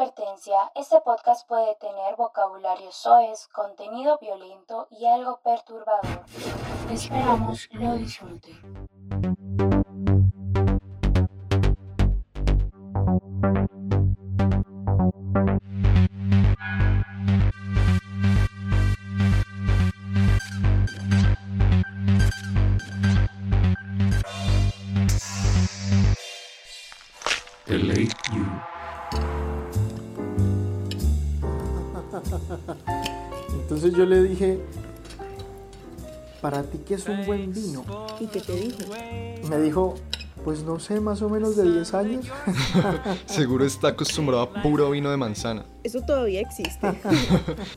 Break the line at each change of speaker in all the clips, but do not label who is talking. Advertencia, este podcast puede tener vocabulario soez, contenido violento y algo perturbador. Esperamos lo disfruten.
The Lakeview.
Entonces yo le dije, ¿para ti qué es un buen vino?
¿Y qué te dijo?
Me dijo, pues no sé, más o menos de 10 años.
Seguro está acostumbrado a puro vino de manzana.
Eso todavía existe.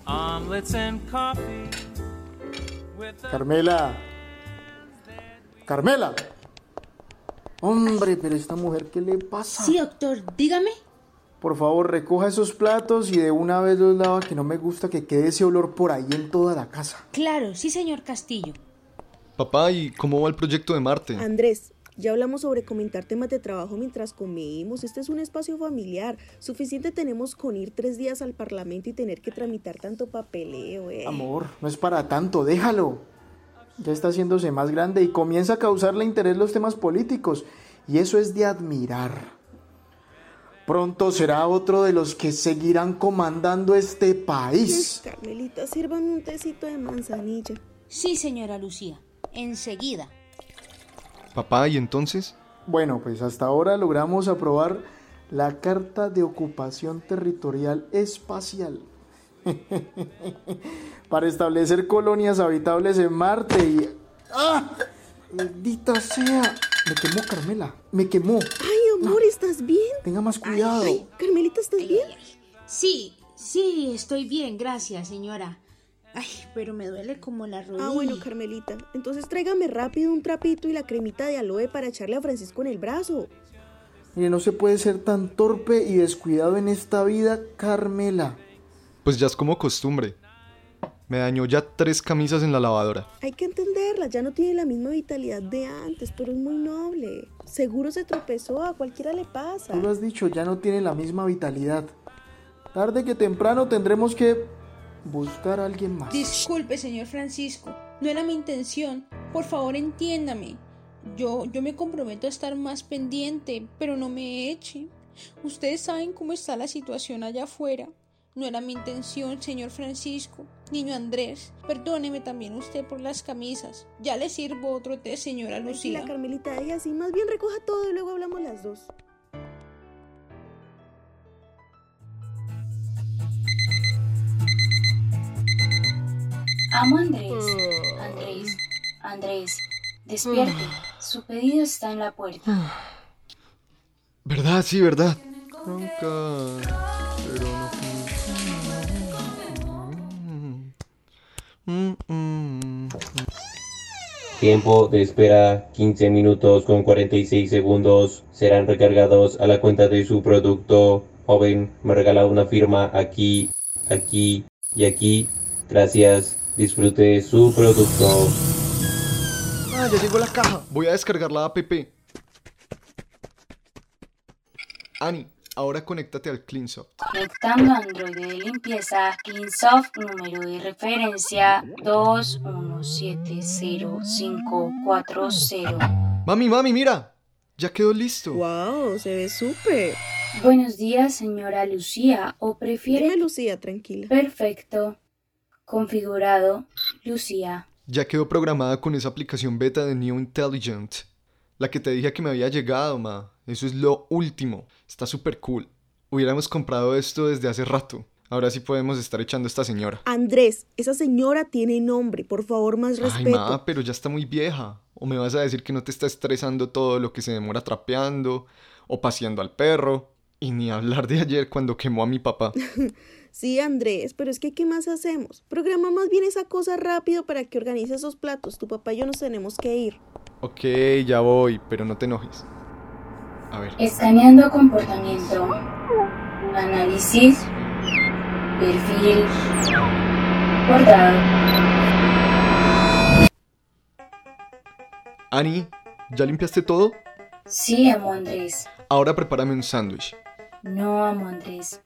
omelets and coffee with a
Carmela. Carmela. Hombre, pero esta mujer, ¿qué le pasa?
Sí, doctor, dígame.
Por favor, recoja esos platos y de una vez los lava, que no me gusta que quede ese olor por ahí en toda la casa.
Claro, sí, señor Castillo.
Papá, ¿y cómo va el proyecto de Marte?
Andrés, ya hablamos sobre comentar temas de trabajo mientras comemos. Este es un espacio familiar. Suficiente tenemos con ir tres días al Parlamento y tener que tramitar tanto papeleo, eh.
Amor, no es para tanto, déjalo. Ya está haciéndose más grande y comienza a causarle interés los temas políticos. Y eso es de admirar. Pronto será otro de los que seguirán comandando este país.
Carmelita, sirvan un tecito de manzanilla.
Sí, señora Lucía. Enseguida.
Papá, ¿y entonces?
Bueno, pues hasta ahora logramos aprobar la Carta de Ocupación Territorial Espacial para establecer colonias habitables en Marte y... ¡Ah! ¡Maldita sea! Me quemó, Carmela. Me quemó.
Ay, amor, ¿estás bien?
Tenga más cuidado.
Ay, Carmelita, ¿estás bien?
Sí, sí, estoy bien, gracias, señora. Ay, pero me duele como la rodilla.
Ah, bueno, Carmelita. Entonces tráigame rápido un trapito y la cremita de aloe para echarle a Francisco en el brazo.
Mire, no se puede ser tan torpe y descuidado en esta vida, Carmela.
Pues ya es como costumbre. Me dañó ya tres camisas en la lavadora.
Hay que entenderla, ya no tiene la misma vitalidad de antes, pero es muy noble. Seguro se tropezó, a cualquiera le pasa.
Tú lo has dicho, ya no tiene la misma vitalidad. Tarde que temprano tendremos que buscar a alguien más.
Disculpe, señor Francisco, no era mi intención. Por favor, entiéndame. Yo, yo me comprometo a estar más pendiente, pero no me eche. Ustedes saben cómo está la situación allá afuera. No era mi intención, señor Francisco. Niño Andrés, perdóneme también usted por las camisas. Ya le sirvo otro té, señora
Tranquila,
Lucía.
Carmelita, deje así. Más bien recoja todo y luego hablamos las dos.
Amo a Andrés. Andrés, Andrés, despierte. Su pedido está en la puerta.
¿Verdad? Sí, ¿verdad? Nunca. Pero no Mm, mm.
Tiempo de espera 15 minutos con 46 segundos. Serán recargados a la cuenta de su producto. Joven, me regala una firma aquí, aquí y aquí. Gracias. Disfrute su producto.
Ah, ya llegó la caja.
Voy a descargar la app. Ani, ahora conéctate al CleanSoft.
Conectando Android de limpieza CleanSoft, número de referencia 2170540.
Mami, mami, mira. Ya quedó listo.
¡Wow! Se ve súper.
Buenos días, señora Lucía, o
Dime,
prefiere...
Lucía, tranquila.
Perfecto. Configurado, Lucía.
Ya quedó programada con esa aplicación beta de New Intelligent. La que te dije que me había llegado, ma. Eso es lo último. Está súper cool. Hubiéramos comprado esto desde hace rato. Ahora sí podemos estar echando a esta señora.
Andrés, esa señora tiene nombre. Por favor, más
Ay,
respeto.
ma, pero ya está muy vieja. O me vas a decir que no te está estresando todo lo que se demora trapeando o paseando al perro. Y ni hablar de ayer cuando quemó a mi papá.
Sí, Andrés, pero es que ¿qué más hacemos? Programa más bien esa cosa rápido para que organice esos platos. Tu papá y yo nos tenemos que ir.
ok, ya voy, pero no te enojes. A ver.
Escaneando comportamiento. Análisis. Perfil. Guardado.
Ani, ¿ya limpiaste todo?
Sí, amo a Andrés.
Ahora prepárame un sándwich.
No amo a Andrés.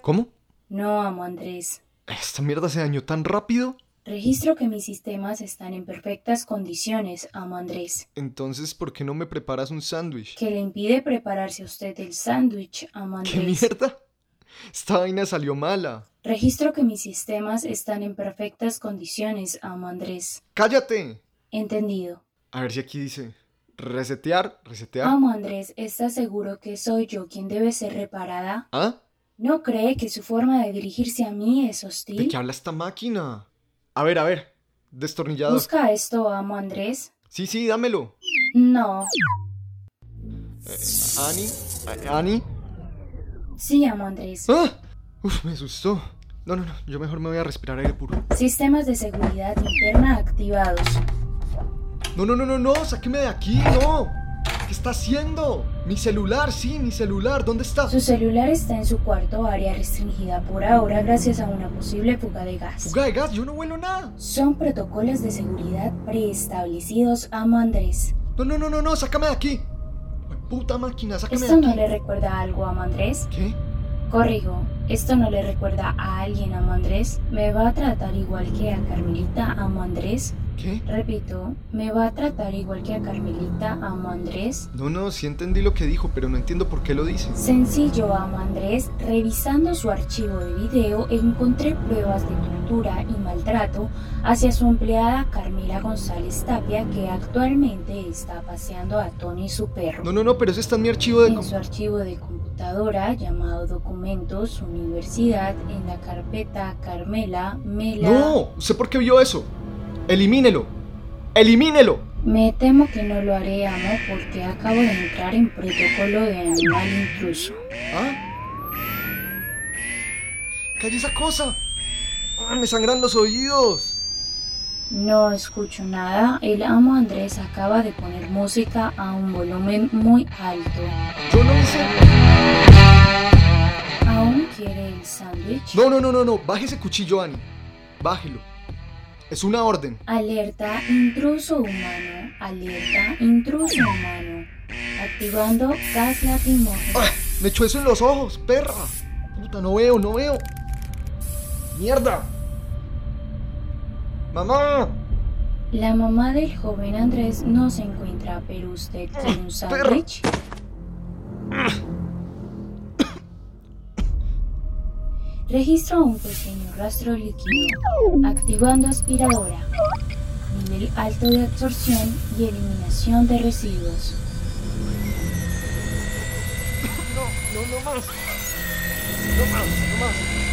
¿Cómo?
No, amo Andrés.
¿Esta mierda se dañó tan rápido?
Registro que mis sistemas están en perfectas condiciones, amo Andrés.
Entonces, ¿por qué no me preparas un sándwich?
¿Qué le impide prepararse a usted el sándwich, amo
¿Qué
Andrés?
mierda? Esta vaina salió mala.
Registro que mis sistemas están en perfectas condiciones, amo Andrés.
¡Cállate!
Entendido.
A ver si aquí dice resetear, resetear.
Amo Andrés, ¿está seguro que soy yo quien debe ser reparada?
¿Ah?
¿No cree que su forma de dirigirse a mí es
¿De
hostil?
qué habla esta máquina? A ver, a ver. Destornillador.
¿Busca esto, amo Andrés?
Sí, sí, dámelo.
No.
Ani. Ani.
Sí, amo Andrés.
¡Ah! Uf, me asustó. No, no, no. Yo mejor me voy a respirar aire puro.
Sistemas de seguridad interna activados.
No, no, no, no, no. Sáqueme de aquí, no. ¿Qué está haciendo? Mi celular, sí, mi celular. ¿Dónde está?
Su celular está en su cuarto área restringida por ahora gracias a una posible fuga de gas.
Fuga de gas, yo no huelo nada.
Son protocolos de seguridad preestablecidos, amo Andrés.
No, no, no, no, no. Sácame de aquí. Puta máquina, sáqueme
¿Esto
de
no
aquí.
le recuerda algo, amo Andrés?
¿Qué?
Corrijo, ¿esto no le recuerda a alguien, amo Andrés? ¿Me va a tratar igual que a Carmelita, amo Andrés?
¿Qué?
Repito, ¿me va a tratar igual que a Carmelita, amo Andrés?
No, no, sí entendí lo que dijo, pero no entiendo por qué lo dice.
Sencillo, amo Andrés, revisando su archivo de video encontré pruebas de tortura y maltrato hacia su empleada Carmela González Tapia que actualmente está paseando a Tony su perro.
No, no, no, pero eso está en mi archivo de...
En su archivo de computadora llamado Documentos Universidad en la carpeta Carmela Mela.
No, sé por qué vio eso. Elimínelo. Elimínelo.
Me temo que no lo haré, amo, porque acabo de entrar en protocolo de animal intruso.
¿Ah? ¡Calle esa cosa! ¡Ah, me sangran los oídos!
No escucho nada. El amo Andrés acaba de poner música a un volumen muy alto.
Yo no hice...
¿Aún quiere el sándwich?
No, no, no, no, no. Baje ese cuchillo, Ani. Bájelo. Es una orden.
Alerta intruso humano. Alerta intruso humano. Activando gas lacrimógeno.
¡Ah! Me echó eso en los ojos, perra. Puta, no veo, no veo. ¡Mierda! ¡Mamá!
La mamá del joven Andrés no se encuentra, pero usted quiere un sándwich. Registro un pequeño rastro líquido, activando aspiradora, nivel alto de absorción y eliminación de residuos.
No, no, no más. No más, no más.